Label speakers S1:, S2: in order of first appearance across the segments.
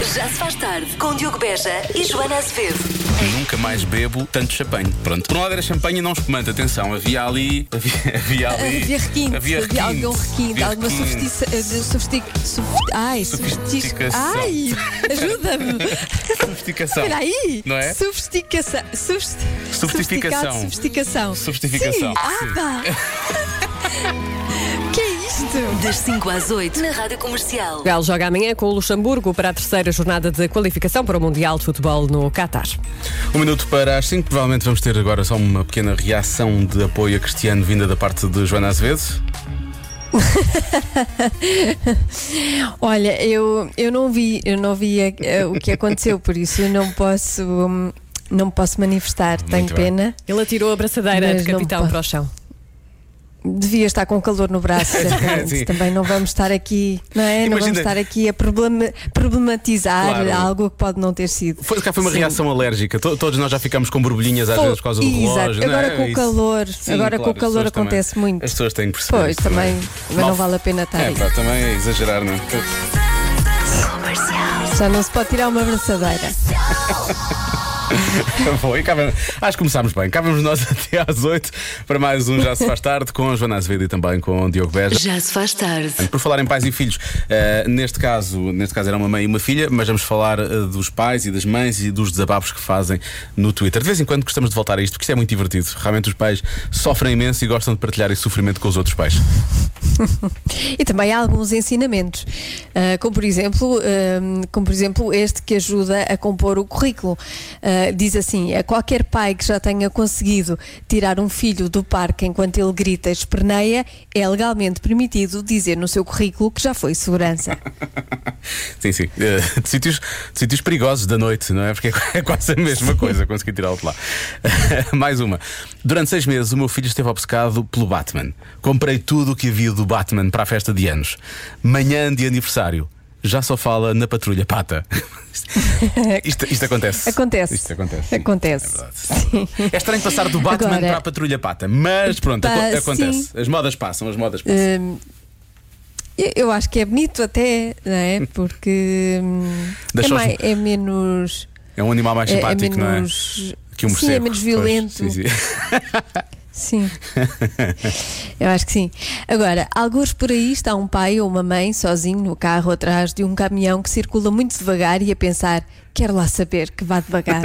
S1: Já se faz tarde com Diogo Beja e Joana Azevedo.
S2: Nunca mais bebo tanto champanhe. Pronto. Por um lado era champanhe e não espumante. Atenção, havia ali. Havia, havia ali.
S3: Havia requinte,
S2: Havia
S3: havia,
S2: requinte.
S3: algum requinte,
S2: havia
S3: alguma eh,
S2: requinte.
S3: sofisticação. Ai, sofisticação.
S2: Sofisticação.
S3: Ai, ajuda-me. Então,
S2: Sofisticação.
S3: Espera aí.
S2: Não é?
S3: Sofisticação. Sofist...
S2: Sofisticação.
S3: sofisticado, Sofisticação.
S2: Sofisticação,
S3: Sim. Ah,
S2: sim.
S3: pá. que é isto?
S1: Das 5 às 8 na Rádio Comercial.
S4: Portugal joga amanhã com o Luxemburgo para a terceira jornada de qualificação para o Mundial de Futebol no Qatar.
S3: ah,
S2: Um minuto para as 5. Provavelmente vamos ter agora só uma pequena reação de apoio a Cristiano vinda da parte de Joana Azevedo.
S3: Olha, eu, eu não vi, eu não vi eh, eh, o que aconteceu, por isso eu não posso, hum, não posso manifestar. Tenho
S2: bem.
S3: pena.
S4: Ele atirou a braçadeira
S3: Mas
S4: de capitão
S3: não pa-
S4: para o chão.
S3: Devia estar com calor no braço, certamente.
S2: Sim.
S3: Também não vamos estar aqui, não é? Não
S2: Imagina-
S3: vamos estar aqui a problema- problematizar
S2: Claro.
S3: algo que pode não ter sido.
S2: Foi, se calhar foi uma
S3: Sim.
S2: reação alérgica. To- Todos nós já ficamos com borbulhinhas às
S3: Pô,
S2: vezes por causa do
S3: exato.
S2: relógio. não
S3: Agora
S2: é?
S3: com o
S2: Isso.
S3: calor,
S2: Sim,
S3: agora
S2: claro,
S3: com o
S2: as
S3: calor
S2: pessoas também-
S3: acontece muito.
S2: As pessoas têm que perceber.
S3: Pois,
S2: isso,
S3: também,
S2: não é?
S3: mas não vale a pena estar
S2: É,
S3: aí.
S2: pá, também é exagerar, não é?
S3: Já não se pode tirar uma abraçadeira.
S2: Bom, e cá vamos- Acho que começámos bem. Cá vamos nós até às 8 para mais um Já Se Faz Tarde com a Joana Azevedo e também com o Diogo Beja.
S1: Já se faz tarde.
S2: Por falar em pais e filhos, eh, neste caso, neste caso era uma mãe e uma filha, mas vamos falar eh, dos pais e das mães e dos desabafos que fazem no Twitter. De vez em quando gostamos de voltar a isto, porque isto é muito divertido. Realmente os pais sofrem imenso e gostam de partilhar esse sofrimento com os outros pais.
S3: E também há alguns ensinamentos, ah, como, por exemplo, ahm, como por exemplo este que ajuda a compor o currículo. Ah, diz assim: a qualquer pai que já tenha conseguido tirar um filho do parque enquanto ele grita e esperneia, é legalmente permitido dizer no seu currículo que já foi segurança.
S2: Sim, sim. Eh, De sítios, de sítios perigosos da noite, não é? Porque é quase a mesma coisa, consegui tirá-lo de lá. Mais uma. Durante seis meses, o meu filho esteve obcecado pelo Batman. Comprei tudo o que havia do Batman para a festa de anos. Manhã de aniversário. Já só fala na patrulha pata. Isto, isto acontece.
S3: Acontece.
S2: Isto acontece. sim.
S3: Acontece.
S2: É verdade. É, estranho passar do Batman
S3: Agora-
S2: para a patrulha pata, mas pronto, aco-
S3: Pá, sim. Eh,
S2: acontece. As modas passam, as modas passam.
S3: Ahm, Hum, eu- eu acho que é bonito até, não é? Porque hum, é,
S2: Deixou-se-
S3: mai- é menos.
S2: É um animal mais
S3: é- é
S2: simpático,
S3: menos-
S2: não é? Que um
S3: Sim, é
S2: morcego.
S3: menos
S2: Pois,
S3: violento.
S2: sim, sim.
S3: Sim. Eu acho que sim. Agora, alguns por aí está um pai ou uma mãe sozinho no carro atrás de um caminhão que circula muito devagar e a pensar: quero lá saber que vá devagar.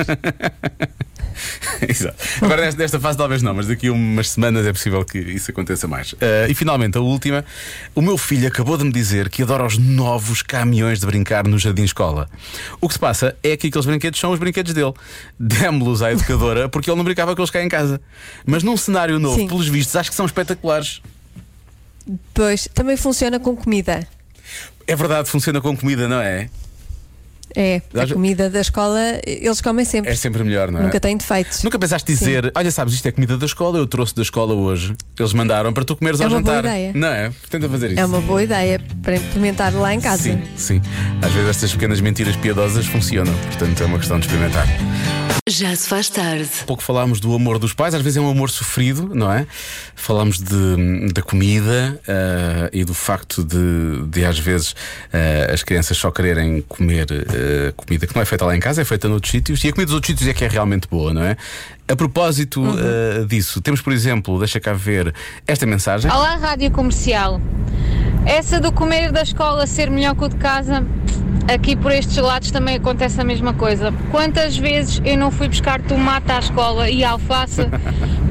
S2: Exato. Agora, nesta, nesta fase, talvez não, mas daqui a umas semanas é possível que isso aconteça mais. Ah, e finalmente, a última. O meu filho acabou de me dizer que adora os novos caminhões de brincar no jardim escola. O que se passa é que aqueles brinquedos são os brinquedos dele. Demos-los à educadora porque ele não brincava com eles cá em casa. Mas num cenário novo,
S3: Sim.
S2: pelos vistos, acho que são espetaculares.
S3: Pois, também funciona com comida.
S2: É verdade, funciona com comida, não é?
S3: É, a
S2: Nós-
S3: comida da escola eles comem sempre.
S2: É sempre melhor, não é?
S3: Nunca têm defeitos.
S2: Nunca pensaste dizer, olha, sabes, isto é comida da escola, eu trouxe da escola hoje. Eles mandaram para tu comeres
S3: É
S2: ao
S3: uma boa
S2: jantar.
S3: ideia.
S2: Não é? Tenta fazer isso.
S3: É uma boa ideia para implementar lá em casa.
S2: Sim, sim. Às vezes estas pequenas mentiras piadosas funcionam, portanto é uma questão de experimentar.
S1: Já se faz tarde.
S2: Há pouco falámos do amor dos pais, às vezes é um amor sofrido, não é? Falámos de, da comida ah, e do facto de, de às vezes ah, as crianças só quererem comer ah, comida que não é feita lá em casa, é feita noutros sítios e a comida dos outros sítios é que é realmente boa, não é? A propósito ah, disso, temos por exemplo, deixa cá ver esta mensagem.
S5: Olá, Rádio Comercial. Essa do comer da escola ser melhor que o de casa, aqui por estes lados também acontece a mesma coisa. Quantas vezes eu não fui buscar tomate à escola e alface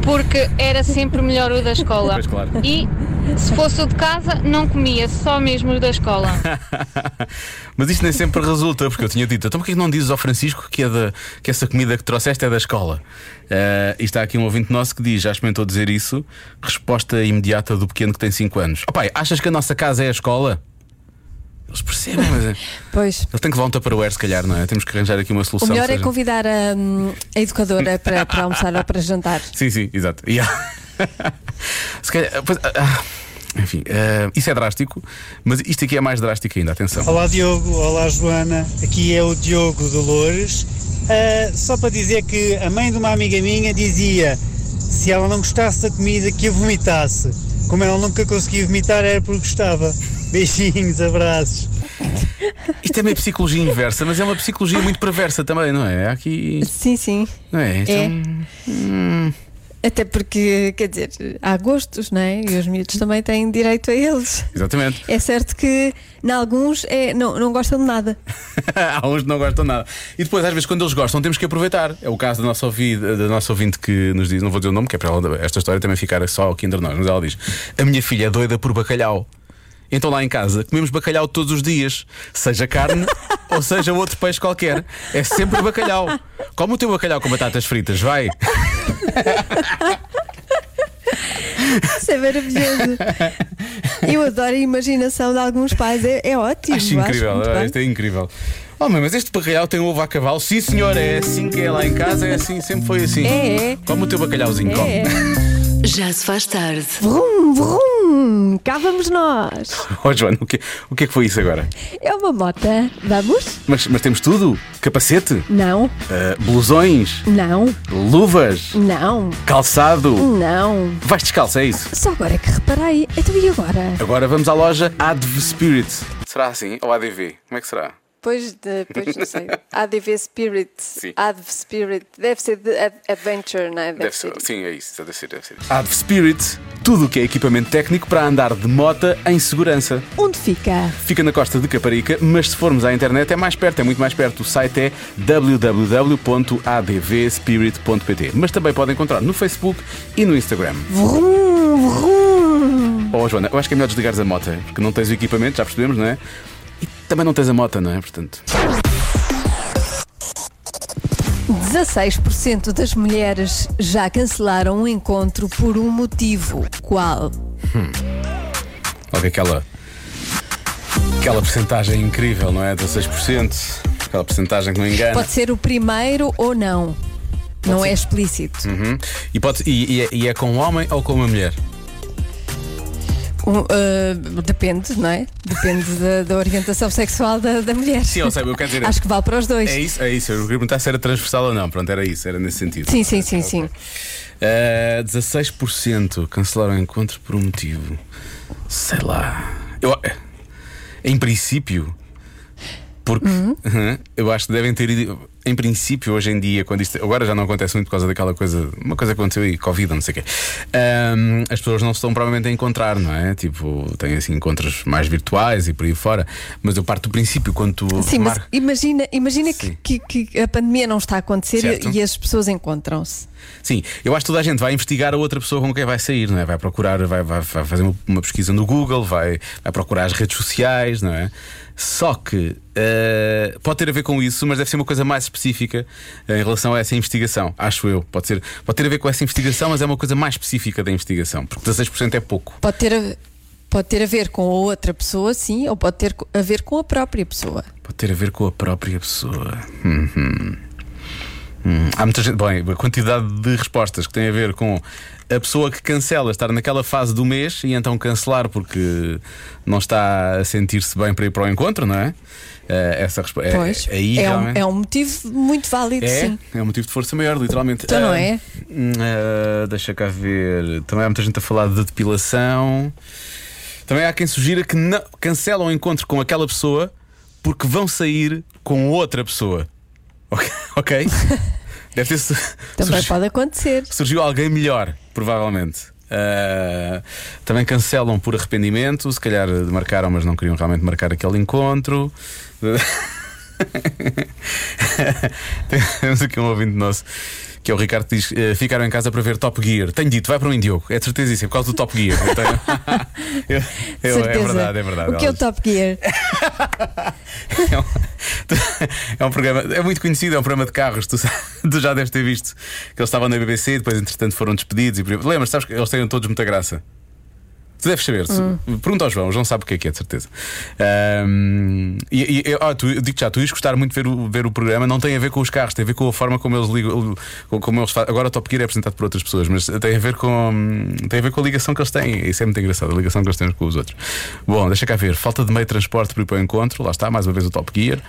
S5: porque era sempre melhor o da escola.
S2: Pois, claro.
S5: E se fosse o de casa, não comia, só mesmo o da escola.
S2: Mas isto nem sempre resulta, porque eu tinha dito, então porquê que não dizes ao Francisco que, é da, que essa comida que trouxeste é da escola? Eh, e está aqui um ouvinte nosso que diz: já experimentou dizer isso? Resposta imediata do pequeno que tem 5 anos: Ó pai, achas que a nossa casa é a escola? Eles percebem, mas é-
S3: Pois.
S2: ele tem que levar um tupperware, se calhar, não é? Temos que arranjar aqui uma
S3: O
S2: solução.
S3: melhor é
S2: seja-
S3: convidar a, hum, a educadora para, para almoçar ou para jantar.
S2: Sim, sim, exato. E há- se calhar, pois, ah, ah, enfim, eh, isso é drástico, mas isto aqui é mais drástico ainda, atenção.
S6: Olá Diogo, olá Joana, aqui é o Diogo Dolores. Ah, só para dizer que a mãe de uma amiga minha dizia se ela não gostasse da comida que eu vomitasse. Como ela nunca conseguia vomitar era porque gostava. Beijinhos, abraços.
S2: Isto é meio psicologia inversa, mas é uma psicologia muito perversa também, não é? Há Aqui.
S3: Sim, sim.
S2: Não é? Isto é
S3: É. Hum.
S2: um-
S3: Até porque, quer dizer, há gostos, não é? E os miúdos também têm direito a eles.
S2: Exatamente.
S3: É certo que, em alguns, é, não, não gostam de nada.
S2: Há uns que não gostam nada. E depois, às vezes, quando eles gostam, temos que aproveitar. É o caso da nossa, ouvi- da nossa ouvinte que nos diz, não vou dizer o nome, que é para ela esta história também ficar só aqui entre nós, mas ela diz: A minha filha é doida por bacalhau. Então lá em casa comemos bacalhau todos os dias, seja carne ou seja outro peixe qualquer. É sempre bacalhau. Come o teu bacalhau com batatas fritas, vai.
S3: Isso é maravilhoso. Eu adoro a imaginação de alguns pais, é, é ótimo.
S2: Acho incrível,
S3: muito bem.
S2: isto é incrível. Homem, mas este bacalhau tem ovo a cavalo? Sim, senhor, é assim que é lá em casa, é assim, sempre foi assim.
S3: É, é.
S2: Como o teu bacalhauzinho, come.
S3: É.
S1: Já se faz tarde.
S3: Vrum, vrum, cá vamos nós.
S2: Oh, Joana, o que, o que é que foi isso agora?
S3: É uma mota. Vamos?
S2: Mas, mas temos tudo: capacete,
S3: Não,
S2: ah, blusões,
S3: não,
S2: luvas,
S3: não,
S2: calçado.
S3: não.
S2: Vais descalço, é isso?
S3: Só agora que reparei. Então e agora?
S2: Agora vamos à loja ADV Spirit. Será assim? Ou ADV? Como é que será?
S7: Pois, de, pois não sei. ADV Spirit. ADV Spirit. Deve ser de ad- Adventure, não é?
S2: Deve ser, sim, é isso, deve ser, deve ser. ADV Spirit, tudo o que é equipamento técnico para andar de mota em segurança.
S3: Onde fica?
S2: Fica na costa de Caparica, mas se formos à internet é mais perto, é muito mais perto. O site é www.advspirit.pt. Mas também podem encontrar no Facebook e no Instagram.
S3: Vrum, vrum.
S2: Oh, Joana, eu acho que é melhor desligares a moto, porque não tens o equipamento, já percebemos, não é? E também não tens a moto, não é? Portanto,
S3: 16% das mulheres já cancelaram um encontro por um motivo. Qual?
S2: olha aquela. aquela percentagem incrível, não é? 16%, aquela percentagem que não engana.
S3: Pode ser o primeiro ou não. Não é explícito.
S2: Uhum. E, pode, e, e é, e é com um homem ou com uma mulher?
S3: Um, ah, depende, não é? Depende da, da orientação sexual da, da mulher.
S2: Sim, eu sei, eu quero dizer.
S3: Acho que vale para os dois.
S2: É isso, é isso. Eu queria perguntar se era transversal ou não. Pronto, era isso, era nesse sentido.
S3: Sim, sim, sim, sim.
S2: Uh, 16% cancelaram o encontro por um motivo. Sei lá. Eu, em princípio, porque Uhum, eu acho que devem ter ido. Em princípio, hoje em dia, quando isto. Agora já não acontece muito por causa daquela coisa. Uma coisa que aconteceu aí, Covid, não sei o quê. Ahm, as pessoas não se estão provavelmente a encontrar, não é? Tipo, têm assim encontros mais virtuais e por aí fora. Mas eu parto do princípio, quando tu.
S3: Sim, mas
S2: remar-
S3: imagina, imagina
S2: Sim.
S3: que, que- que a pandemia não está a acontecer
S2: Certo.
S3: e, e as pessoas encontram-se.
S2: Sim, eu acho que toda a gente vai investigar a outra pessoa com quem vai sair, não é? Vai procurar, vai, vai- vai fazer uma- uma pesquisa no Google, vai, vai procurar as redes sociais, não é? Só que eh, pode ter a ver com isso, mas deve ser uma coisa mais específica eh, em relação a essa investigação, acho eu. Pode, ser, pode ter a ver com essa investigação, mas é uma coisa mais específica da investigação, porque 16% é pouco.
S3: Pode ter, a, pode ter a ver com a outra pessoa, sim, ou pode ter co- a ver com a própria pessoa.
S2: Pode ter a ver com a própria pessoa. Uhum. Hum, Há muita gente. Bem, a quantidade de respostas que tem a ver com a pessoa que cancela estar naquela fase do mês e então cancelar porque não está a sentir-se bem para ir para o encontro, não é? Eh, essa resposta.
S3: pois
S2: aí
S3: é, um,
S2: realmente-
S3: é um motivo muito válido,
S2: é,
S3: sim.
S2: é um motivo de força maior, literalmente.
S3: Então não é?
S2: hum, ah, deixa cá ver. Também há muita gente a falar de depilação. Também há quem sugira que não, cancelam o encontro com aquela pessoa porque vão sair com outra pessoa. Ok? ok? Deve ter su-
S3: Também
S2: surgi-
S3: pode acontecer.
S2: surgiu alguém melhor, provavelmente. Ah, também cancelam por arrependimento, se calhar marcaram, mas não queriam realmente marcar aquele encontro. Temos aqui um ouvinte nosso que é o Ricardo que diz: eh, Ficaram em casa para ver Top Gear. Tenho dito, vai para o Indiogo. É de certeza isso, é por causa do Top Gear. Eu tenho- eu- eu- é
S3: Certeza.
S2: verdade, é verdade.
S3: O que é o
S2: Elas-
S3: Top Gear?
S2: é um, é um programa, é muito conhecido, é um programa de carros. Tu, sa- tu já deves ter visto que eles estavam na BBC e depois, entretanto, foram despedidos. E... por aí- Lembras, sabes que eles têm todos muita graça. Tu deves saber. se- Pergunta ao João, o João sabe o que é que é, de certeza. Ahm, e e- e- ah, tu- eu digo já, tu ias gostar muito de ver o, ver o programa, não tem a ver com os carros, tem a ver com a forma como eles ligam. com- Como eles fa- Agora o Top Gear é apresentado por outras pessoas, mas tem a ver com tem a ver com a ligação que eles têm. Isso é muito engraçado, a ligação que eles têm uns com os outros. Bom, deixa cá ver. Falta de meio de transporte para ir para o encontro, lá está, mais uma vez o Top Gear,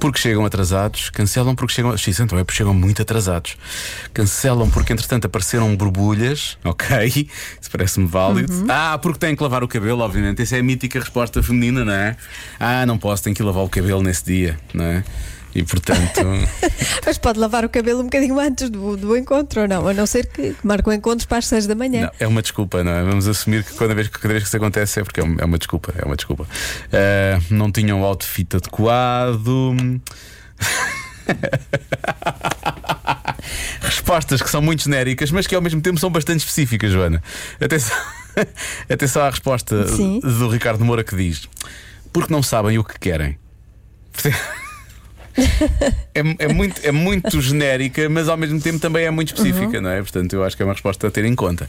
S2: porque chegam atrasados, cancelam porque chegam. X, então é porque chegam muito atrasados. Cancelam porque, entretanto, apareceram borbulhas, ok? Isso parece-me válido. Ah, porque porque têm que lavar o cabelo, obviamente. Essa é a mítica resposta feminina, não é? Ah, não posso, tenho que lavar o cabelo nesse dia, não é? E portanto.
S3: Mas pode lavar o cabelo um bocadinho antes do, do encontro, ou não? A não ser que, que marcam encontros para as 6 da manhã.
S2: Não, é uma desculpa, não é? Vamos assumir que cada vez, cada vez que isso acontece é porque é um- é uma desculpa, é uma desculpa. Ah, não tinham o outfit adequado. Respostas que são muito genéricas, mas que ao mesmo tempo são bastante específicas, Joana. Atenção, atenção à resposta
S3: Sim.
S2: do Ricardo Moura que diz: Porque não sabem o que querem. É, é muito, é muito genérica, mas ao mesmo tempo também é muito específica,
S3: Uhum.
S2: não é? Portanto, eu acho que é uma resposta a ter em conta.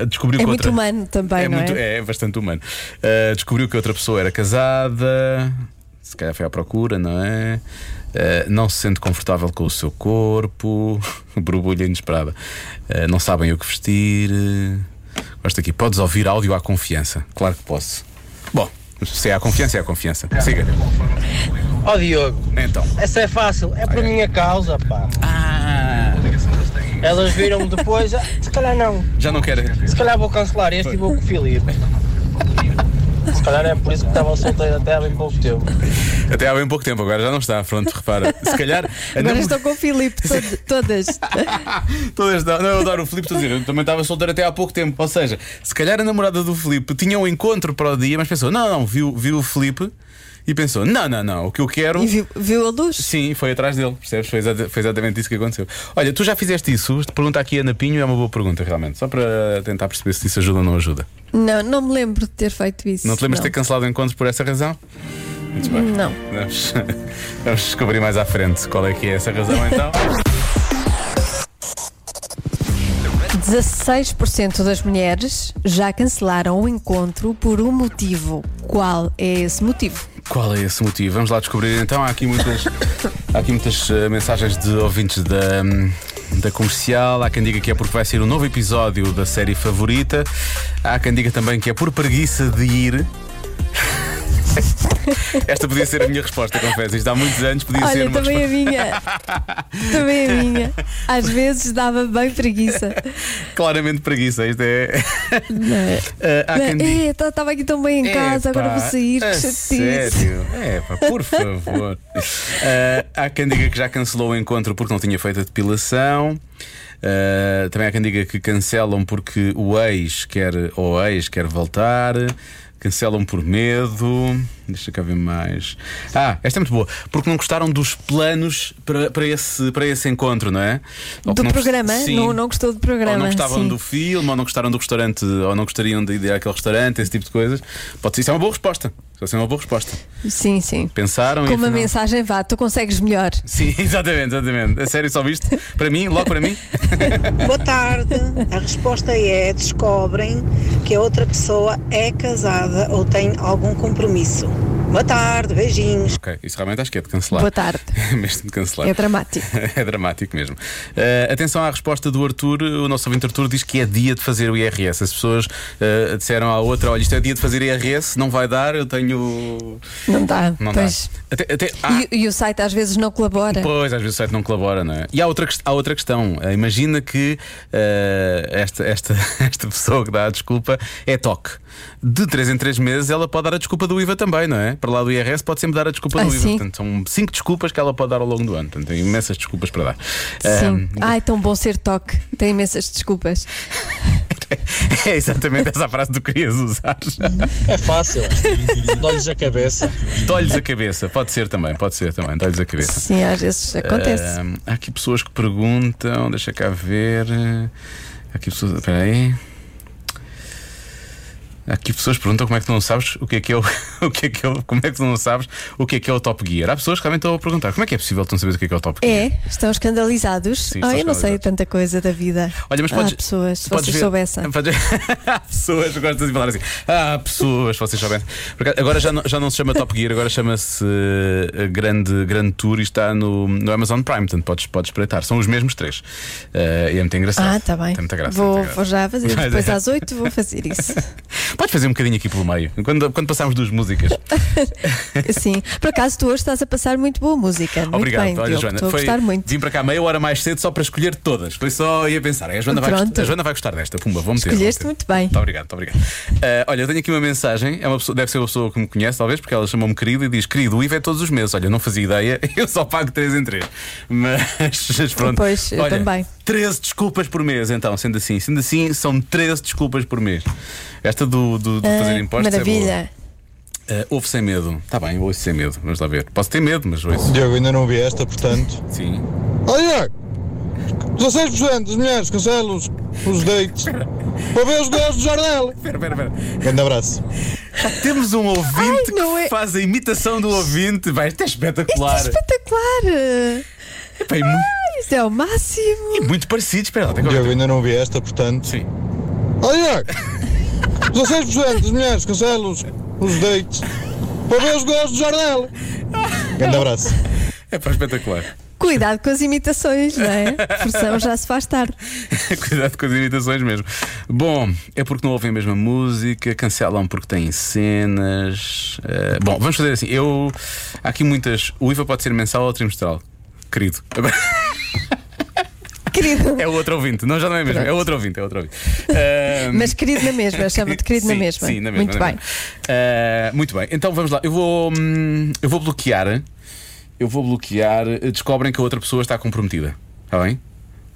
S2: Ah, descobriu
S3: É
S2: que
S3: muito
S2: outra-
S3: humano também,
S2: é
S3: não é?
S2: muito- é bastante humano. Ah, descobriu que outra pessoa era casada, se calhar foi à procura, não é? Ah, não se sente confortável com o seu corpo, borbulha inesperada. Ah, não sabem o que vestir. Gosto aqui, podes ouvir áudio à confiança. Claro que posso. Bom, se é à confiança, é à confiança. Siga.
S6: Ó Diogo,
S2: Então.
S6: essa é fácil, é por minha causa, pá.
S2: Ah,
S6: Elas viram-me depois, "Ah, se calhar não,
S2: já não quero.
S6: se calhar vou cancelar este e vou com o Filipe. Se calhar é por isso que estava solteiro até há bem pouco tempo.
S2: Até há bem pouco tempo, agora já não está. Pronto, repara. Se calhar.
S3: Agora
S2: não-
S3: estou com o Filipe, todo- todas.
S2: Todas, não, não, eu adoro o Filipe, estou a dizer, eu também estava solteiro até há pouco tempo. Ou seja, se calhar a namorada do Filipe tinha um encontro para o dia, mas pensou: não, não, viu, viu o Filipe e pensou: não, não, não, o que eu quero.
S3: E viu, viu a luz?
S2: Sim, foi atrás dele, percebes? Foi, exata- foi exatamente isso que aconteceu. Olha, tu já fizeste isso? Pergunta aqui a Ana Pinho, é uma boa pergunta, realmente. Só para tentar perceber se isso ajuda ou não ajuda.
S3: Não, não me lembro de ter feito isso.
S2: Não te lembras de ter cancelado encontros por essa razão? Muito bem.
S3: Não.
S2: Vamos, vamos descobrir mais à frente qual é que é essa razão então.
S3: 16% das mulheres já cancelaram o encontro por um motivo. Qual é esse motivo?
S2: qual é esse motivo? Vamos lá descobrir então. Há aqui muitas, há aqui muitas eh, mensagens de ouvintes da, hum, da comercial. Há quem diga que é porque vai ser um novo episódio da série favorita. Há quem diga também que é por preguiça de ir. Esta podia ser a minha resposta, confesso. Isto há muitos anos podia ser
S3: Olha,
S2: uma
S3: também a
S2: resposta.
S3: minha. também a minha. Às vezes dava bem preguiça.
S2: Claramente preguiça. Isto é.
S3: Não é?
S2: Eh, há quem diga.
S3: Estava aqui tão bem em casa, agora
S2: Epá,
S3: vou sair,
S2: a
S3: que chatice.
S2: Sério? É, pá, por favor. Ah, há quem diga que já cancelou o encontro porque não tinha feito a depilação. Ah, também há quem diga que cancelam porque o ex quer ou a ex quer voltar. Cancelam por medo. Deixa cá ver mais. Ah, esta é muito boa. Porque não gostaram dos planos para, para, esse, para esse encontro, não é? Ou que
S3: Do
S2: não gost-
S3: programa?
S2: Sim.
S3: Não, não gostou do programa.
S2: Ou não gostavam
S3: sim.
S2: do filme, ou não gostaram do restaurante, ou não gostariam de ir àquele restaurante, esse tipo de coisas. Pode ser, isso é uma boa resposta. Isso é uma boa resposta.
S3: Sim, sim.
S2: Pensaram e
S3: Com uma
S2: afinal-
S3: mensagem, vá, tu consegues melhor.
S2: Sim, exatamente, exatamente. A sério, só viste? Para mim, logo para mim?
S8: Boa tarde. A resposta é: descobrem que a outra pessoa é casada ou tem algum compromisso. Boa tarde, beijinhos.
S2: Ok, isso realmente acho que é de cancelar.
S3: Boa tarde.
S2: É mesmo de cancelar.
S3: É dramático.
S2: é dramático mesmo. Eh, atenção à resposta do Arthur. O nosso ouvinte Arthur diz que é dia de fazer o IRS. As pessoas eh, disseram à outra: olha, isto é dia de fazer IRS, não vai dar, eu tenho.
S3: Não dá.
S2: Não
S3: pois.
S2: dá. Até, até- ah,
S3: E, e o site às vezes não colabora.
S2: Pois, às vezes o site não colabora, não é? E há outra, quest- há outra questão. Eh, Imagina que eh, esta, esta, esta pessoa que dá a desculpa é toque. De 3 em 3 meses ela pode dar a desculpa do IVA também, não é? Para lá do IRS pode sempre dar a desculpa
S3: Ah,
S2: do IVA.
S3: sim.
S2: Portanto, são 5 desculpas que ela pode dar ao longo do ano. Portanto, tem imensas desculpas para dar.
S3: Sim.
S2: Ah,
S3: Ai, tão bom ser toque. Tem imensas desculpas.
S2: é exatamente essa a frase que tu querias usar.
S6: É fácil, dói-lhes a cabeça.
S2: Dói-lhes a cabeça. Pode ser também, pode ser também. Dói-lhes a cabeça.
S3: Sim, às
S2: É.
S3: vezes acontece.
S2: Ahm, há aqui pessoas que perguntam, deixa cá ver. eh, Há aqui pessoas. Espera aí. Há Aqui pessoas que perguntam como é que tu não sabes o que é que é o, o que é que é o- como é que tu não sabes o que é que é o Top Gear. Há pessoas que realmente estão a perguntar como é que é possível tu não saberes o que é que é o Top Gear.
S3: É, estão escandalizados.
S2: Sim,
S3: oh,
S2: estão
S3: eu não sei
S2: escandalizados.
S3: tanta coisa da vida.
S2: Olha, mas
S3: Ah,
S2: podes,
S3: pessoas, se
S2: podes
S3: vocês
S2: ver-
S3: soubessem.
S2: podes- Há pessoas, eu gosto de falar assim. Ah, pessoas, se vocês soubessem. Por acaso, Agora já não, já não se chama Top Gear, agora chama-se eh, Grande, Grande Tour e está no, no Amazon Prime, portanto podes, podes espreitar. São os mesmos três. Eh, e é muito engraçado.
S3: Ah, está bem.
S2: Tem muita graça.
S3: vou,
S2: muita graça.
S3: vou já fazer.
S2: Mas
S3: Depois
S2: é.
S3: às oito vou fazer isso.
S2: Podes fazer um bocadinho aqui pelo meio, quando, quando passarmos duas músicas.
S3: Sim, por acaso tu hoje estás a passar muito boa música. Muito
S2: Obrigado,
S3: bem,
S2: olha,
S3: Diogo,
S2: Joana.
S3: Estou a
S2: foi-
S3: gostar muito.
S2: Vim para cá meia hora mais cedo só para escolher todas. Foi só ia pensar, "É, a Joana, vai,
S3: Pronto.
S2: gost- a Joana vai gostar desta. Pumba, vamos ter.
S3: Escolheste muito bem.
S2: Muito obrigado, muito obrigado. Ah, olha, eu tenho aqui uma mensagem, é uma pessoa, deve ser uma pessoa que me conhece, talvez, porque ela chamou-me querido e diz: querido, o IVA é todos os meses. Olha, eu não fazia ideia, eu só pago 3 em 3. Mas pronto.
S3: Pois, eu
S2: Olha,
S3: também.
S2: 13 desculpas por mês, então, sendo assim. Sendo assim, são 13 desculpas por mês. Esta do, do- de fazer
S3: Ah,
S2: impostos é boa.
S3: maravilha.
S2: Ah, ouve sem medo. Está bem, ouço sem medo. Vamos lá ver. Posso ter medo, mas ouço.
S9: Diogo, ainda não vi esta, portanto.
S2: Sim.
S9: Olha, Diogo, 16% das mulheres cancelam os, os dates para ver os gols do Jardel.
S2: Espera, espera, espera.
S9: Grande abraço.
S2: Temos um ouvinte
S3: Ai, não
S2: que
S3: é-
S2: faz a imitação do ouvinte. Vai, isto é espetacular.
S3: Isto é espetacular.
S2: Epá, e mu-
S3: Isto é o máximo.
S2: e muito, parecido. Espera lá, tem
S9: Diogo,
S2: que
S9: ainda não vi esta, portanto.
S2: Sim.
S9: Olha, Diogo, 16% das mulheres cancelam os, os dates para ver os gols do Jardel. Grande abraço.
S2: É para espetacular.
S3: Cuidado com as imitações, não é? A Forção já se faz tarde.
S2: Cuidado com as imitações mesmo. Bom, é porque não ouvem a mesma música, cancelam porque têm cenas. eh, bom, vamos fazer assim. Eu. Há aqui muitas. O IVA pode ser mensal ou trimestral. Querido.
S3: Querido.
S2: É o outro ouvinte. Não, já não é mesmo. É o outro ouvinte. É o outro ouvinte. Ah,
S3: Mas querido na mesma, chama-te querido na
S2: Sim,
S3: mesma.
S2: Sim, na mesma.
S3: Muito
S2: na
S3: bem.
S2: mesma. Ah, muito bem, então vamos lá. Eu vou, hum, eu vou bloquear. Eu vou bloquear. Descobrem que a outra pessoa está comprometida. Está bem?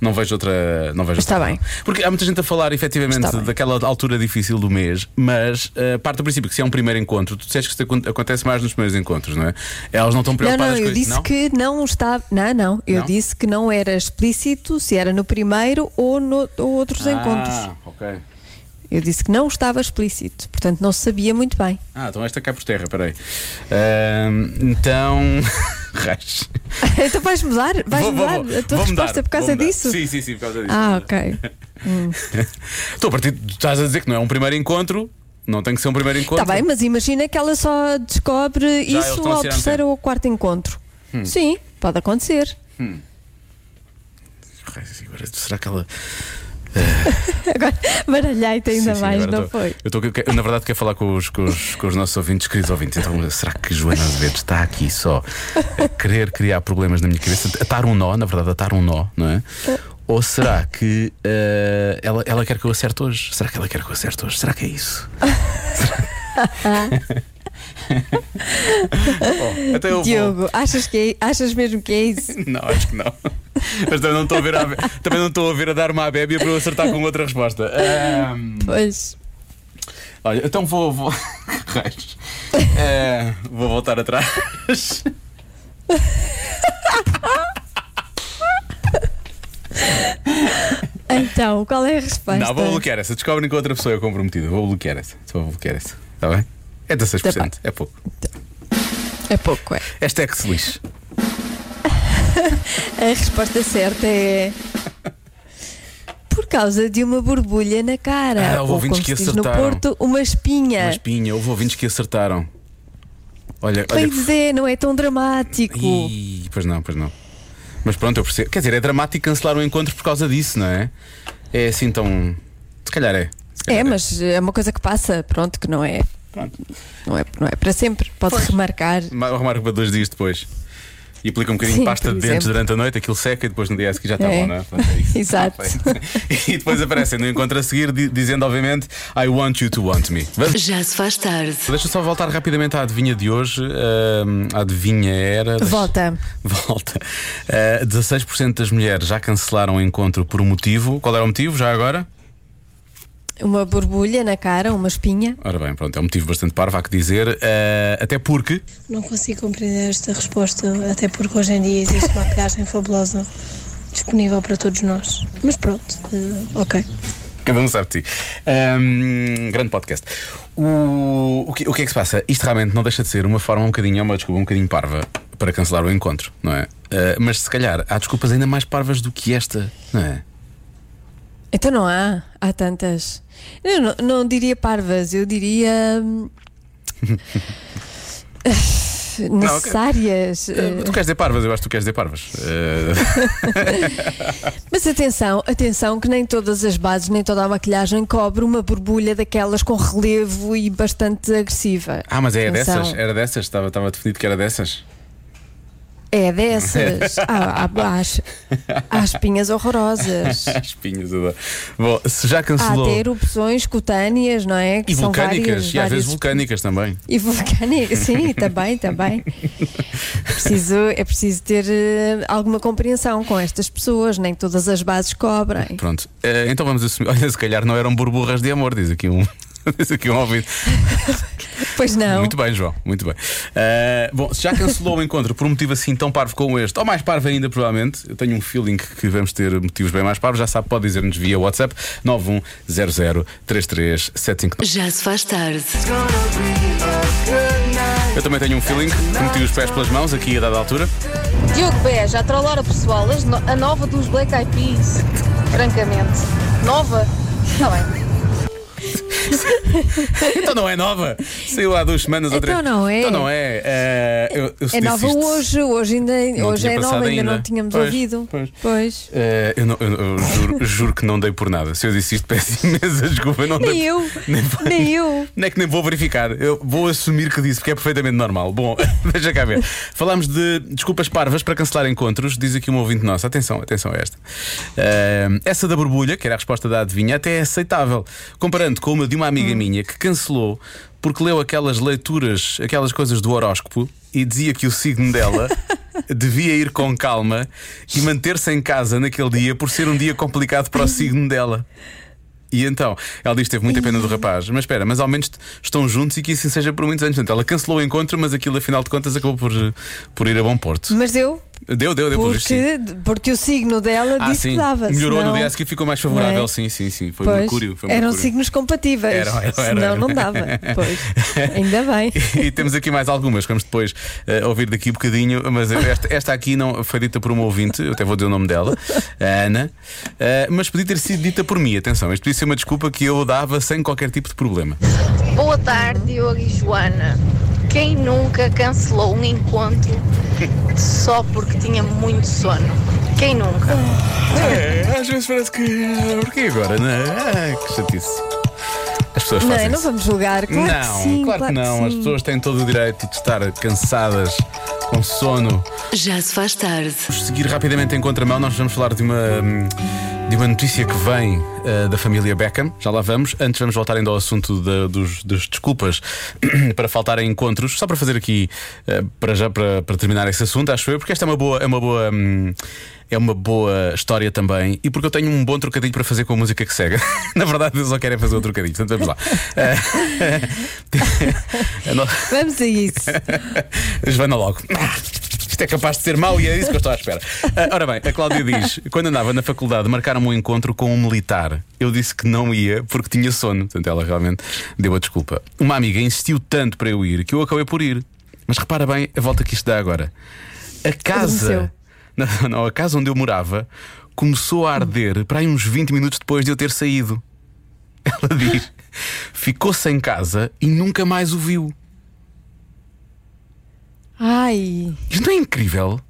S2: Não vejo outra. Não vejo
S3: Está
S2: outra
S3: bem.
S2: razão. Porque há muita gente a falar efetivamente
S3: Está bem.
S2: daquela altura difícil do mês, mas ah, parte do princípio que se é um primeiro encontro, tu disseste que isto acon- acontece mais nos primeiros encontros, não é? Elas não estão
S3: Não,
S2: preocupadas
S3: não,
S2: com
S3: eu
S2: isso.
S3: disse
S2: não?
S3: que não estava. Não, não, eu
S2: Não?
S3: disse que não era explícito se era no primeiro ou, no, ou outros
S2: ah,
S3: encontros.
S2: ok.
S3: Eu disse que não estava explícito, portanto não se sabia muito bem.
S2: Ah, então esta cai por terra, peraí. Ah, então. Raios.
S3: então vais mudar? Vais
S2: Vou- vou-
S3: mudar
S2: vou-
S3: a tua
S2: vou
S3: resposta é
S2: mudar,
S3: por
S2: vou
S3: causa
S2: mudar.
S3: disso?
S2: Sim, sim, sim, por causa disso.
S3: Ah, ok.
S2: Estou a partir. tu Estás a dizer que não é um primeiro encontro, não tem que ser um primeiro encontro.
S3: Está Tá bem, mas imagina que ela só descobre
S2: Já eles
S3: isso
S2: estão a
S3: ao
S2: ser Hum.
S3: terceiro
S2: antena.
S3: ou quarto encontro. Sim, pode acontecer.
S2: Raios, agora, será que ela.
S3: Agora baralhei-te ainda
S2: Sim, sim,
S3: mais,
S2: agora
S3: não
S2: estou-
S3: foi?
S2: Eu, estou- eu quero- na verdade, quero falar com os, com, os, com os nossos ouvintes, queridos ouvintes. Então, será que Joana Azevedo está aqui só a querer criar problemas na minha cabeça? A atar um nó, na verdade, a atar um nó, não é? Ou será que eh, ela, ela quer que eu acerte hoje? Será que ela quer que eu acerte hoje? Será que é isso? Bom, até eu vou.
S3: Diogo, achas, que é- achas mesmo que é isso?
S2: Não, acho que não. Mas também não estou a ver a, também não estou a, ver a dar uma abébia para eu acertar com outra resposta. Ahm,
S3: Pois.
S2: olha, então vou. Vou, Raios. Eh, vou voltar atrás.
S3: Então, qual é a resposta?
S2: Não, vou bloquear essa. Descobrem que outra pessoa é comprometida. Vou bloquear essa. Só vou bloquear essa. Está bem? É 16%. É pouco.
S3: É pouco, é.
S2: Esta é que se lixe.
S3: A resposta certa é. Por causa de uma borbulha na cara.
S2: Ah, houve
S3: ou
S2: ouvintes
S3: como
S2: que
S3: se diz no
S2: acertaram.
S3: Porto, uma espinha.
S2: Mas pinha, houve ouvintes que acertaram. Olha, olha.
S3: Pois é, não é tão dramático.
S2: Ih, pois não, pois não. Mas pronto, eu percebo. Quer dizer, é dramático cancelar um encontro por causa disso, não é? É assim tão. Se calhar é. Se calhar
S3: É, mas é uma coisa que passa, pronto, que não é. Não é, não é para sempre. Pode remarcar.
S2: Ma- Remarco para dois dias depois. E aplica um bocadinho de
S3: Sim,
S2: pasta
S3: por
S2: de dentes
S3: exemplo.
S2: durante a noite, aquilo seca e depois no dia a seguir já está
S3: É.
S2: bom, não é? Pronto, é isso.
S3: Exato.
S2: e depois aparecem no encontro a seguir di- dizendo, obviamente, I want you to want me. Vamos-
S1: Já se faz tarde.
S2: Deixa eu só voltar rapidamente à adivinha de hoje. Ahm, a adivinha era. deixa-
S3: Volta.
S2: Volta. Ah, 16% das mulheres já cancelaram o encontro por um motivo. Qual era o motivo, já agora?
S3: Uma borbulha na cara, uma espinha.
S2: Ora bem, pronto, é um motivo bastante parvo, há que dizer. Ah, até porque.
S10: Não consigo compreender esta resposta, até porque hoje em dia existe maquilhagem fabulosa disponível para todos nós. Mas pronto, eh, ok.
S2: Cada um sabe de si. Ahm, grande podcast. O, o, que, o que é que se passa? Isto realmente não deixa de ser uma forma um bocadinho, uma desculpa um bocadinho parva para cancelar o encontro, não é? Ah, mas se calhar há desculpas ainda mais parvas do que esta, não é?
S3: Então não há, há tantas. Eu não, não diria parvas, eu diria. hum, necessárias.
S2: Eh, Tu queres dizer parvas, eu acho que tu queres dizer parvas. Ah, Eh,
S3: Mas atenção, atenção que nem todas as bases, nem toda a maquilhagem cobre uma borbulha daquelas com relevo e bastante agressiva.
S2: ah, mas é
S3: Atenção.
S2: dessas? Era dessas? Estava, estava definido que era dessas?
S3: É dessas. Ah, há, há- há- há espinhas horrorosas.
S2: Ah, Espinhos, adoro. Bom, se já
S3: Há
S2: cancelou.
S3: até erupções cutâneas, não é?
S2: E vulcânicas,
S3: várias-
S2: e às
S3: várias-
S2: vezes vulcânicas também.
S3: E vulcânicas, sim, também, também. Preciso, é preciso ter eh, alguma compreensão com estas pessoas, nem todas as bases cobrem.
S2: Pronto, Eh, então vamos assumir. Olha, se calhar não eram burburras de amor, diz aqui um. Diz aqui um ouvido.
S3: Pois não.
S2: Muito bem, João, muito bem. Eh, bom, se já cancelou o encontro por um motivo assim tão parvo como este, ou mais parvo ainda, provavelmente, eu tenho um feeling que vamos ter motivos bem mais parvos, já sabe, pode dizer-nos via WhatsApp 910033759.
S1: Já se faz tarde.
S2: Eu também tenho um feeling que meti os pés pelas mãos aqui a dada altura.
S11: Diogo Beja, a trollar a pessoal, as no- a nova dos Black Eyed Peas. Francamente. Nova? Não é.
S2: Então não é nova. Saiu há duas semanas ou
S3: Então
S2: três.
S3: não é.
S2: Então não é. Eh, eu- eu
S3: É
S2: disse
S3: nova
S2: isto.
S3: hoje, hoje ainda
S2: Não
S3: hoje
S2: tinha
S3: é nova,
S2: passado
S3: ainda,
S2: ainda.
S3: não tínhamos
S2: Pois,
S3: ouvido.
S2: pois.
S3: Pois.
S2: Eh, eu, não- eu- eu juro, juro que não dei por nada. Se eu disse isto, peço imensa desculpa. Não
S3: Nem
S2: dei-
S3: eu,
S2: Nem, vai-
S3: nem eu.
S2: nem é que nem vou verificar. Eu vou assumir que disse, porque é perfeitamente normal. Bom, deixa cá ver. Falámos de desculpas parvas para cancelar encontros. Diz aqui um ouvinte nosso. Atenção, atenção a esta. Eh, essa da borbulha, que era a resposta da adivinha, até é aceitável. Comparando com uma de uma amiga minha que cancelou porque leu aquelas leituras, aquelas coisas do horóscopo e dizia que o signo dela. Devia ir com calma e manter-se em casa naquele dia por ser um dia complicado para o signo dela. E então, ela diz que teve muita pena do rapaz, mas espera, mas ao menos t- estão juntos e que isso seja por muitos anos. Portanto, ela cancelou o encontro, mas aquilo, afinal de contas, acabou por, por ir a bom porto.
S3: Mas deu,
S2: Deu, deu, deu, por isto. sim.
S3: porque, porque o signo dela
S2: Ah,
S3: disse
S2: sim.
S3: que dava.
S2: Melhorou
S3: senão-
S2: no dia que ficou mais favorável,
S3: Não é?
S2: sim, sim, sim. Foi um
S3: Pois, um
S2: Mercúrio. Foi
S3: eram
S2: Mercúrio.
S3: signos compatíveis.
S2: Era, era,
S3: senão
S2: era.
S3: não dava. Pois. Ainda bem.
S2: e temos aqui mais algumas que vamos depois eh, ouvir daqui um bocadinho, mas eu- esta, esta aqui não foi dita por uma ouvinte, eu até vou dizer o nome dela, a Ana, eh, mas podia ter sido dita por mim, atenção, isto podia ser uma desculpa que eu dava sem qualquer tipo de problema.
S11: Boa tarde, Diogo e Joana. Quem nunca cancelou um encontro só porque tinha muito sono? Quem nunca?
S2: É, às vezes parece que. ah, Porquê agora? Não é? Ah, que chatice. As pessoas
S3: Não,
S2: fazem.
S3: é? não
S2: isso.
S3: vamos julgar, claro
S2: não,
S3: que sim.
S2: claro que não.
S3: sim.
S2: As pessoas têm todo o direito de estar cansadas, com sono.
S1: Já se faz tarde.
S2: Vamos seguir rapidamente em contramão. Nós vamos falar de uma, hum, de uma notícia que vem eh, da família Beckham. Já lá vamos. Antes vamos voltar ainda ao assunto da- dos, dos desculpas para faltar a encontros. Só para fazer aqui, eh, para já, para, para terminar esse assunto, acho eu, porque esta é uma boa. É uma boa hum, é uma boa história também e porque eu tenho um bom trocadilho para fazer com a música que segue. Na verdade, eles só querem fazer o trocadilho, portanto vamos lá. Eh, a no-
S3: Vamos a isso.
S2: Joana logo. Isto é capaz de ser mau e é isso que eu estou à espera. Ah, ora bem, a Cláudia diz: quando andava na faculdade, marcaram um encontro com um militar. Eu disse que não ia porque tinha sono. Portanto, ela realmente deu a desculpa. Uma amiga insistiu tanto para eu ir que eu acabei por ir. Mas repara bem a volta que isto dá agora. A casa.
S3: Adormeceu.
S2: Não, não, a casa onde eu morava começou a arder para aí uns 20 minutos depois de eu ter saído. Ela diz: ficou sem casa e nunca mais o viu.
S3: Ai,
S2: Isto não é incrível?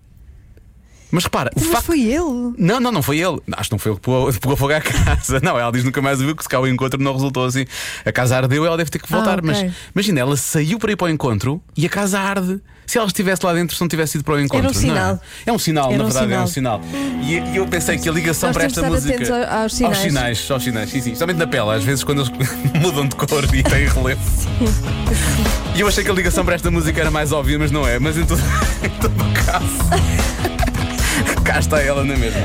S2: Mas repara, o
S3: mas
S2: facto.
S3: foi ele.
S2: Não, não, não foi ele. Acho que não foi ele que pegou, pegou fogo à casa. Não, ela diz nunca mais o viu que se cá o encontro não resultou assim. A casa ardeu, ela deve ter que voltar.
S3: Ah, ok.
S2: Mas imagina, ela saiu para ir para o encontro e a casa arde. Se ela estivesse lá dentro, se não tivesse ido para o encontro.
S3: um sinal.
S2: Não. é? É um sinal,
S3: Era
S2: na
S3: um
S2: verdade, é um sinal. E, e eu pensei que a ligação
S3: Nós
S2: para
S3: temos
S2: esta
S3: de estar
S2: música.
S3: atentos ao- aos
S2: Aos
S3: sinais.
S2: sinais, aos sinais, sim, sim. Especialmente na pele, às vezes quando eles mudam de cor e têm relevo. E eu achei que a ligação para esta música era mais óbvia, mas não é. Mas em todo, em todo caso. Cá está ela na mesma.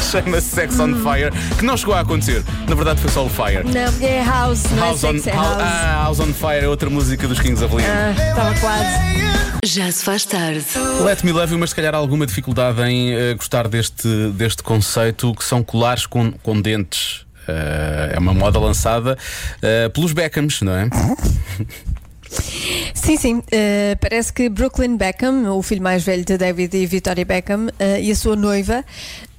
S2: Chama-se Sex on Fire, que não chegou a acontecer. Na verdade, foi só o Fire.
S3: Não, é house, não
S2: House
S3: é
S2: on,
S3: sex, é
S2: House-
S3: house.
S2: ah, House on Fire é outra música dos Kings of Leon.
S3: Ah, Estava quase.
S1: Já se faz tarde.
S2: Let Me Love You, mas se calhar alguma dificuldade em eh, gostar deste, deste conceito que são colares com, com dentes. Eh, é uma moda lançada eh, pelos Beckhams, não é?
S3: Sim, sim. eh, parece que Brooklyn Beckham, o filho mais velho de David e Victoria Beckham, eh, e a sua noiva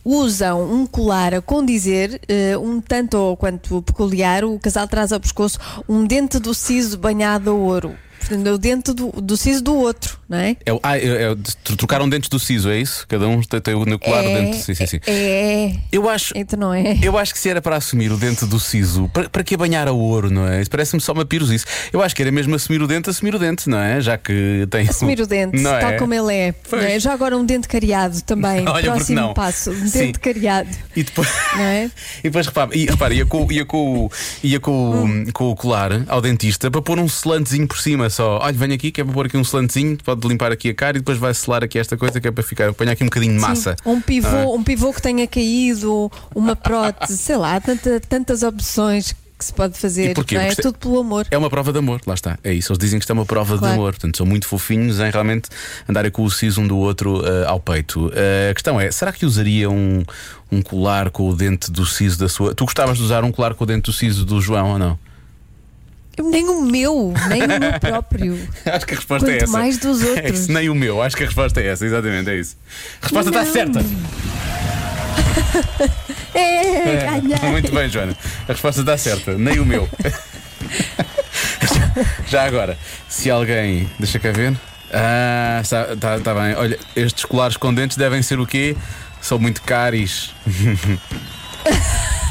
S3: usam um colar a condizer, eh, um tanto ou quanto peculiar. O casal traz ao pescoço um dente do siso banhado a ouro. Portanto, é o dente do, do siso do outro, não é?
S2: É, o- ah, é- é- tro- trocaram dentes do siso, é isso? Cada um tem, tem o nuclear
S3: é,
S2: dentro. Sim, sim, sim.
S3: É.
S2: Eu acho.
S3: Então não é.
S2: Eu acho que se era para assumir o dente do siso, para, para que banhar a ouro, não é? Isso parece-me só uma pirosice. Eu acho que era mesmo assumir o dente, assumir o dente, não é? Já que tem.
S3: Assumir o dente,
S2: não
S3: tal
S2: é?
S3: como ele é.
S2: Pois.
S3: não é? Já agora um dente cariado também.
S2: Olha, porque
S3: Próximo
S2: não?
S3: passo, um
S2: Sim.
S3: dente cariado,
S2: E depois.
S3: não é?
S2: E depois repara, ia, repara, ia, com, ia, com, o- ia
S3: Hum.
S2: com, o- com o colar ao dentista para pôr um selantezinho por cima só. Olha, venho aqui, que é para pôr aqui um selantezinho, pode limpar aqui a cara e depois vai selar aqui esta coisa que é para ficar, apanhar aqui um bocadinho de massa.
S3: Sim, um pivô,
S2: Não é?
S3: um pivô que tenha caído, uma prótese, sei lá, há tanta- tantas opções que se pode fazer.
S2: E porquê?
S3: não é?
S2: Porque-
S3: Tudo pelo amor.
S2: É uma prova de amor, lá está. É isso, eles dizem que isto é uma prova
S3: Claro.
S2: de amor. Portanto, são muito fofinhos em realmente andarem com o siso um do outro eh, ao peito. Eh, a questão é: será que usaria um, um colar com o dente do siso da sua. Tu gostavas de usar um colar com o dente do siso do João ou não?
S3: Nem o meu, nem o meu próprio.
S2: Acho que a resposta é
S3: Quanto
S2: essa.
S3: mais dos
S2: É
S3: outros.
S2: isso, nem o meu, acho que a resposta é essa, exatamente, é isso. A resposta está
S3: Não.
S2: certa.
S3: É, ganhei.
S2: Muito bem, Joana. A resposta está certa, nem o meu. Já agora, se alguém. Deixa cá ver. Ah, está está- está bem. Olha, estes colares com dentes devem ser o quê? São muito caris.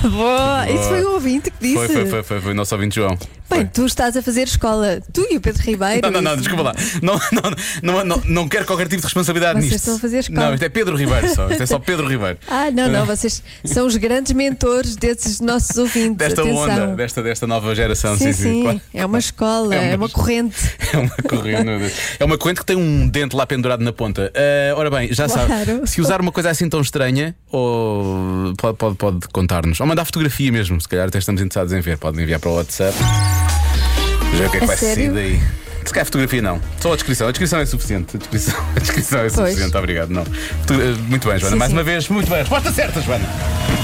S3: Boa. Isso foi o ouvinte que disse.
S2: Foi, foi, foi, foi, foi o nosso ouvinte João.
S3: Bem, tu estás a fazer escola, tu e o Pedro Ribeiro.
S2: Não, não, não,
S3: isso.
S2: desculpa lá. Não, não, não, não, não quero qualquer tipo de responsabilidade
S3: Vocês
S2: nisto.
S3: estão a fazer escola.
S2: Não, isto é Pedro Ribeiro só. Isto é só Pedro Ribeiro.
S3: Ah, não, não, vocês são os grandes mentores desses nossos ouvintes.
S2: Desta
S3: Atenção.
S2: onda, desta, desta nova geração.
S3: Sim, sim,
S2: claro.
S3: é uma escola, é uma, corrente.
S2: É uma corrente, meu Deus. É uma corrente que tem um dente lá pendurado na ponta. Ah, ora bem, já
S3: Claro.
S2: sabe. Se usar uma coisa assim tão estranha, ou pode, pode, pode contar-nos. Ou mandar fotografia mesmo, se calhar até estamos interessados em ver. Podem enviar para o WhatsApp. Vamos ver o que é que
S3: A
S2: vai sair
S3: sério?
S2: daí. Se calhar fotografia não, só a descrição. A descrição é suficiente. A descrição, a descrição é
S1: Pois.
S2: suficiente, obrigado. Não. Fotogra- Muito bem, Joana.
S1: Sim,
S2: Mais
S1: sim.
S2: uma vez, muito bem. Resposta certa, Joana.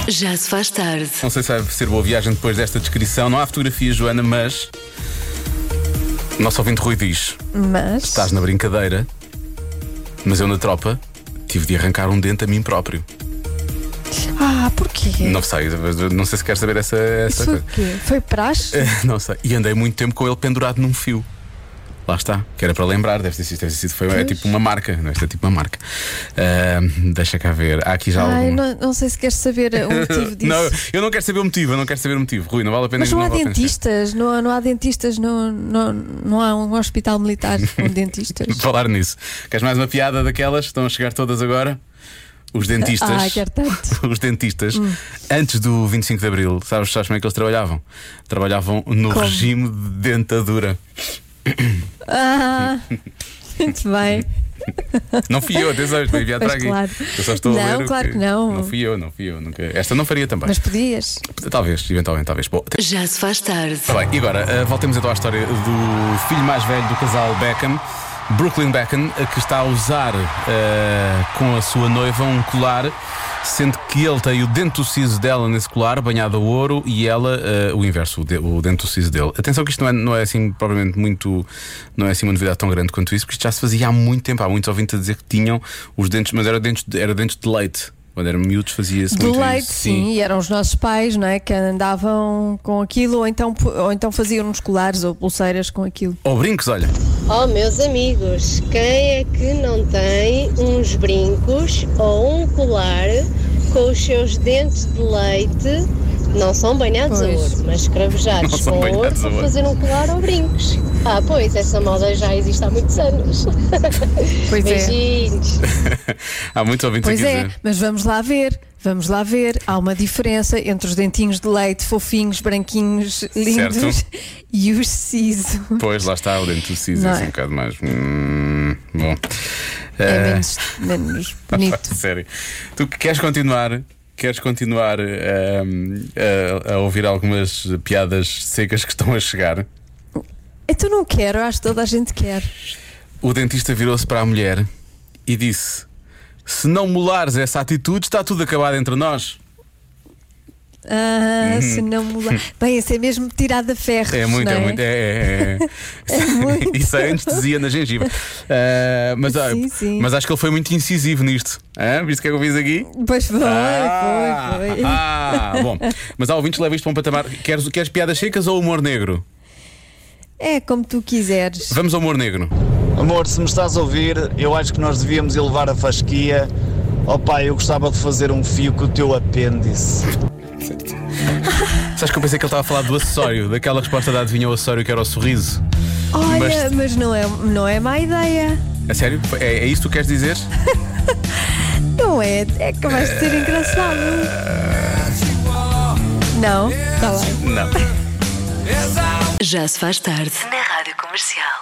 S1: Já se faz tarde.
S2: Não sei se vai ser boa viagem depois desta descrição. Não há fotografia, Joana, mas. Nosso ouvinte Rui diz:
S3: Mas
S2: Estás na brincadeira, mas eu na tropa tive de arrancar um dente a mim próprio.
S3: ah, porquê?
S2: Não sei, não sei se queres saber essa, essa
S3: Isso foi
S2: coisa. É, Eh,
S3: o quê? Foi praxe?
S2: Não sei. E andei muito tempo com ele pendurado num fio. Lá está, que era para lembrar, deve ter sido, deve ter sido foi, é tipo uma marca, não é? Isto é tipo uma marca. Ah, deixa cá ver, há aqui já
S3: Ai,
S2: algum.
S3: não, não sei se queres saber o motivo disso.
S2: não, eu não quero saber o motivo, eu não quero saber o motivo. Rui, não vale a pena
S3: Mas não há
S2: vale a pena-
S3: dentistas, não, há- não há dentistas, não, não, não há um hospital militar com dentistas.
S2: Por falar nisso. Queres mais uma piada daquelas? Estão a chegar todas agora? Os dentistas.
S3: Ai, quero tanto. Hum.
S2: Os dentistas, antes do 25 de Abril, sabes, sabes como é que eles trabalhavam? Trabalhavam no
S3: Como?
S2: regime de dentadura.
S3: Ah, muito bem.
S2: Não fui eu, atenção, estou enviado
S3: Pois
S2: para aqui.
S3: claro.
S2: Eu só estou a
S3: Não,
S2: ler. o
S3: claro que não.
S2: Não fui eu, não fui eu. Nunca. Esta não faria também.
S3: Mas podias.
S2: Talvez, eventualmente, talvez. Bom, tem-
S1: Já se faz tarde.
S2: Tá bem, e agora eh, voltemos então à história do filho mais velho do casal Beckham, Brooklyn Beckham, eh, que está a usar eh, com a sua noiva um colar, sendo que ele tem o dente do siso dela nesse colar, banhado a ouro, e ela eh, o inverso, o, de, o dente do siso dele. Atenção que isto não é, não é assim, provavelmente muito, não é assim uma novidade tão grande quanto isso, porque isto já se fazia há muito tempo. Há muitos ouvintes a dizer que tinham os dentes, mas era dentes, de- era dentes de leite. Quando eram miúdos fazia-se
S3: Do
S2: muito
S3: leite,
S2: isso.
S3: sim. e eram os nossos pais, não é? Que andavam com aquilo, ou então, ou então faziam uns colares ou pulseiras com aquilo.
S2: Ou brincos, olha.
S12: Oh, meus amigos, quem é que não tem uns brincos ou um colar com os seus dentes de leite? Não são banhados a
S13: Pois.
S12: ouro, mas
S3: Ah,
S12: escravejados
S13: Não são
S12: com ouro
S13: banhados a
S12: para
S13: ouro.
S12: fazer um colar ou brincos. Ah, pois, essa moda já existe há muitos anos.
S3: Pois é.
S12: Beijinhos.
S2: Há muitos ouvintes
S3: Pois
S2: aqui a
S3: é,
S2: dizer.
S3: mas vamos lá ver. Vamos lá ver, há uma diferença entre os dentinhos de leite fofinhos, branquinhos, lindos
S2: Certo.
S3: e os siso.
S2: Pois, lá está, o dente do siso é
S3: Não
S2: assim
S3: é?
S2: um bocado mais. Hum, bom.
S3: É
S2: Eh,
S3: menos, menos bonito.
S2: Sério. Tu que queres continuar? Queres continuar eh, a, a ouvir algumas piadas secas que estão a chegar?
S3: Então não quero, acho que toda a gente quer.
S2: O dentista virou-se para a mulher e disse: Se não molares essa atitude, está tudo acabado entre nós.
S3: Ah,
S2: Uhum.
S3: se não mudar. Bem, esse é mesmo tirado a ferro.
S2: É muito,
S3: não
S2: é muito. É, é, é.
S3: É muito.
S2: Isso é anestesia na gengiva. Eh, mas, ah,
S3: Sim, sim.
S2: mas acho que ele foi muito incisivo nisto. Hã? Viste o que é que eu fiz aqui?
S3: Pois foi,
S2: Ah,
S3: foi, foi.
S2: Ah, bom. Mas há ouvintes que levam isto para um patamar. Queres, queres piadas secas ou humor negro?
S3: É como tu quiseres.
S2: Vamos ao humor negro.
S6: Amor, se me estás a ouvir, eu acho que nós devíamos elevar a fasquia. Oh pai, eu gostava de fazer um fio com o teu apêndice.
S2: Sabes que eu pensei que ele estava a falar do acessório, daquela resposta da adivinha o acessório que era o sorriso.
S3: Olha, mas, não, é, não é má ideia.
S2: A sério? É, é isso que tu queres dizer?
S3: Não é, é capaz de ser engraçado. Não? Tá Está lá.
S2: Ah. Não.
S1: Já se faz tarde. Na Rádio Comercial.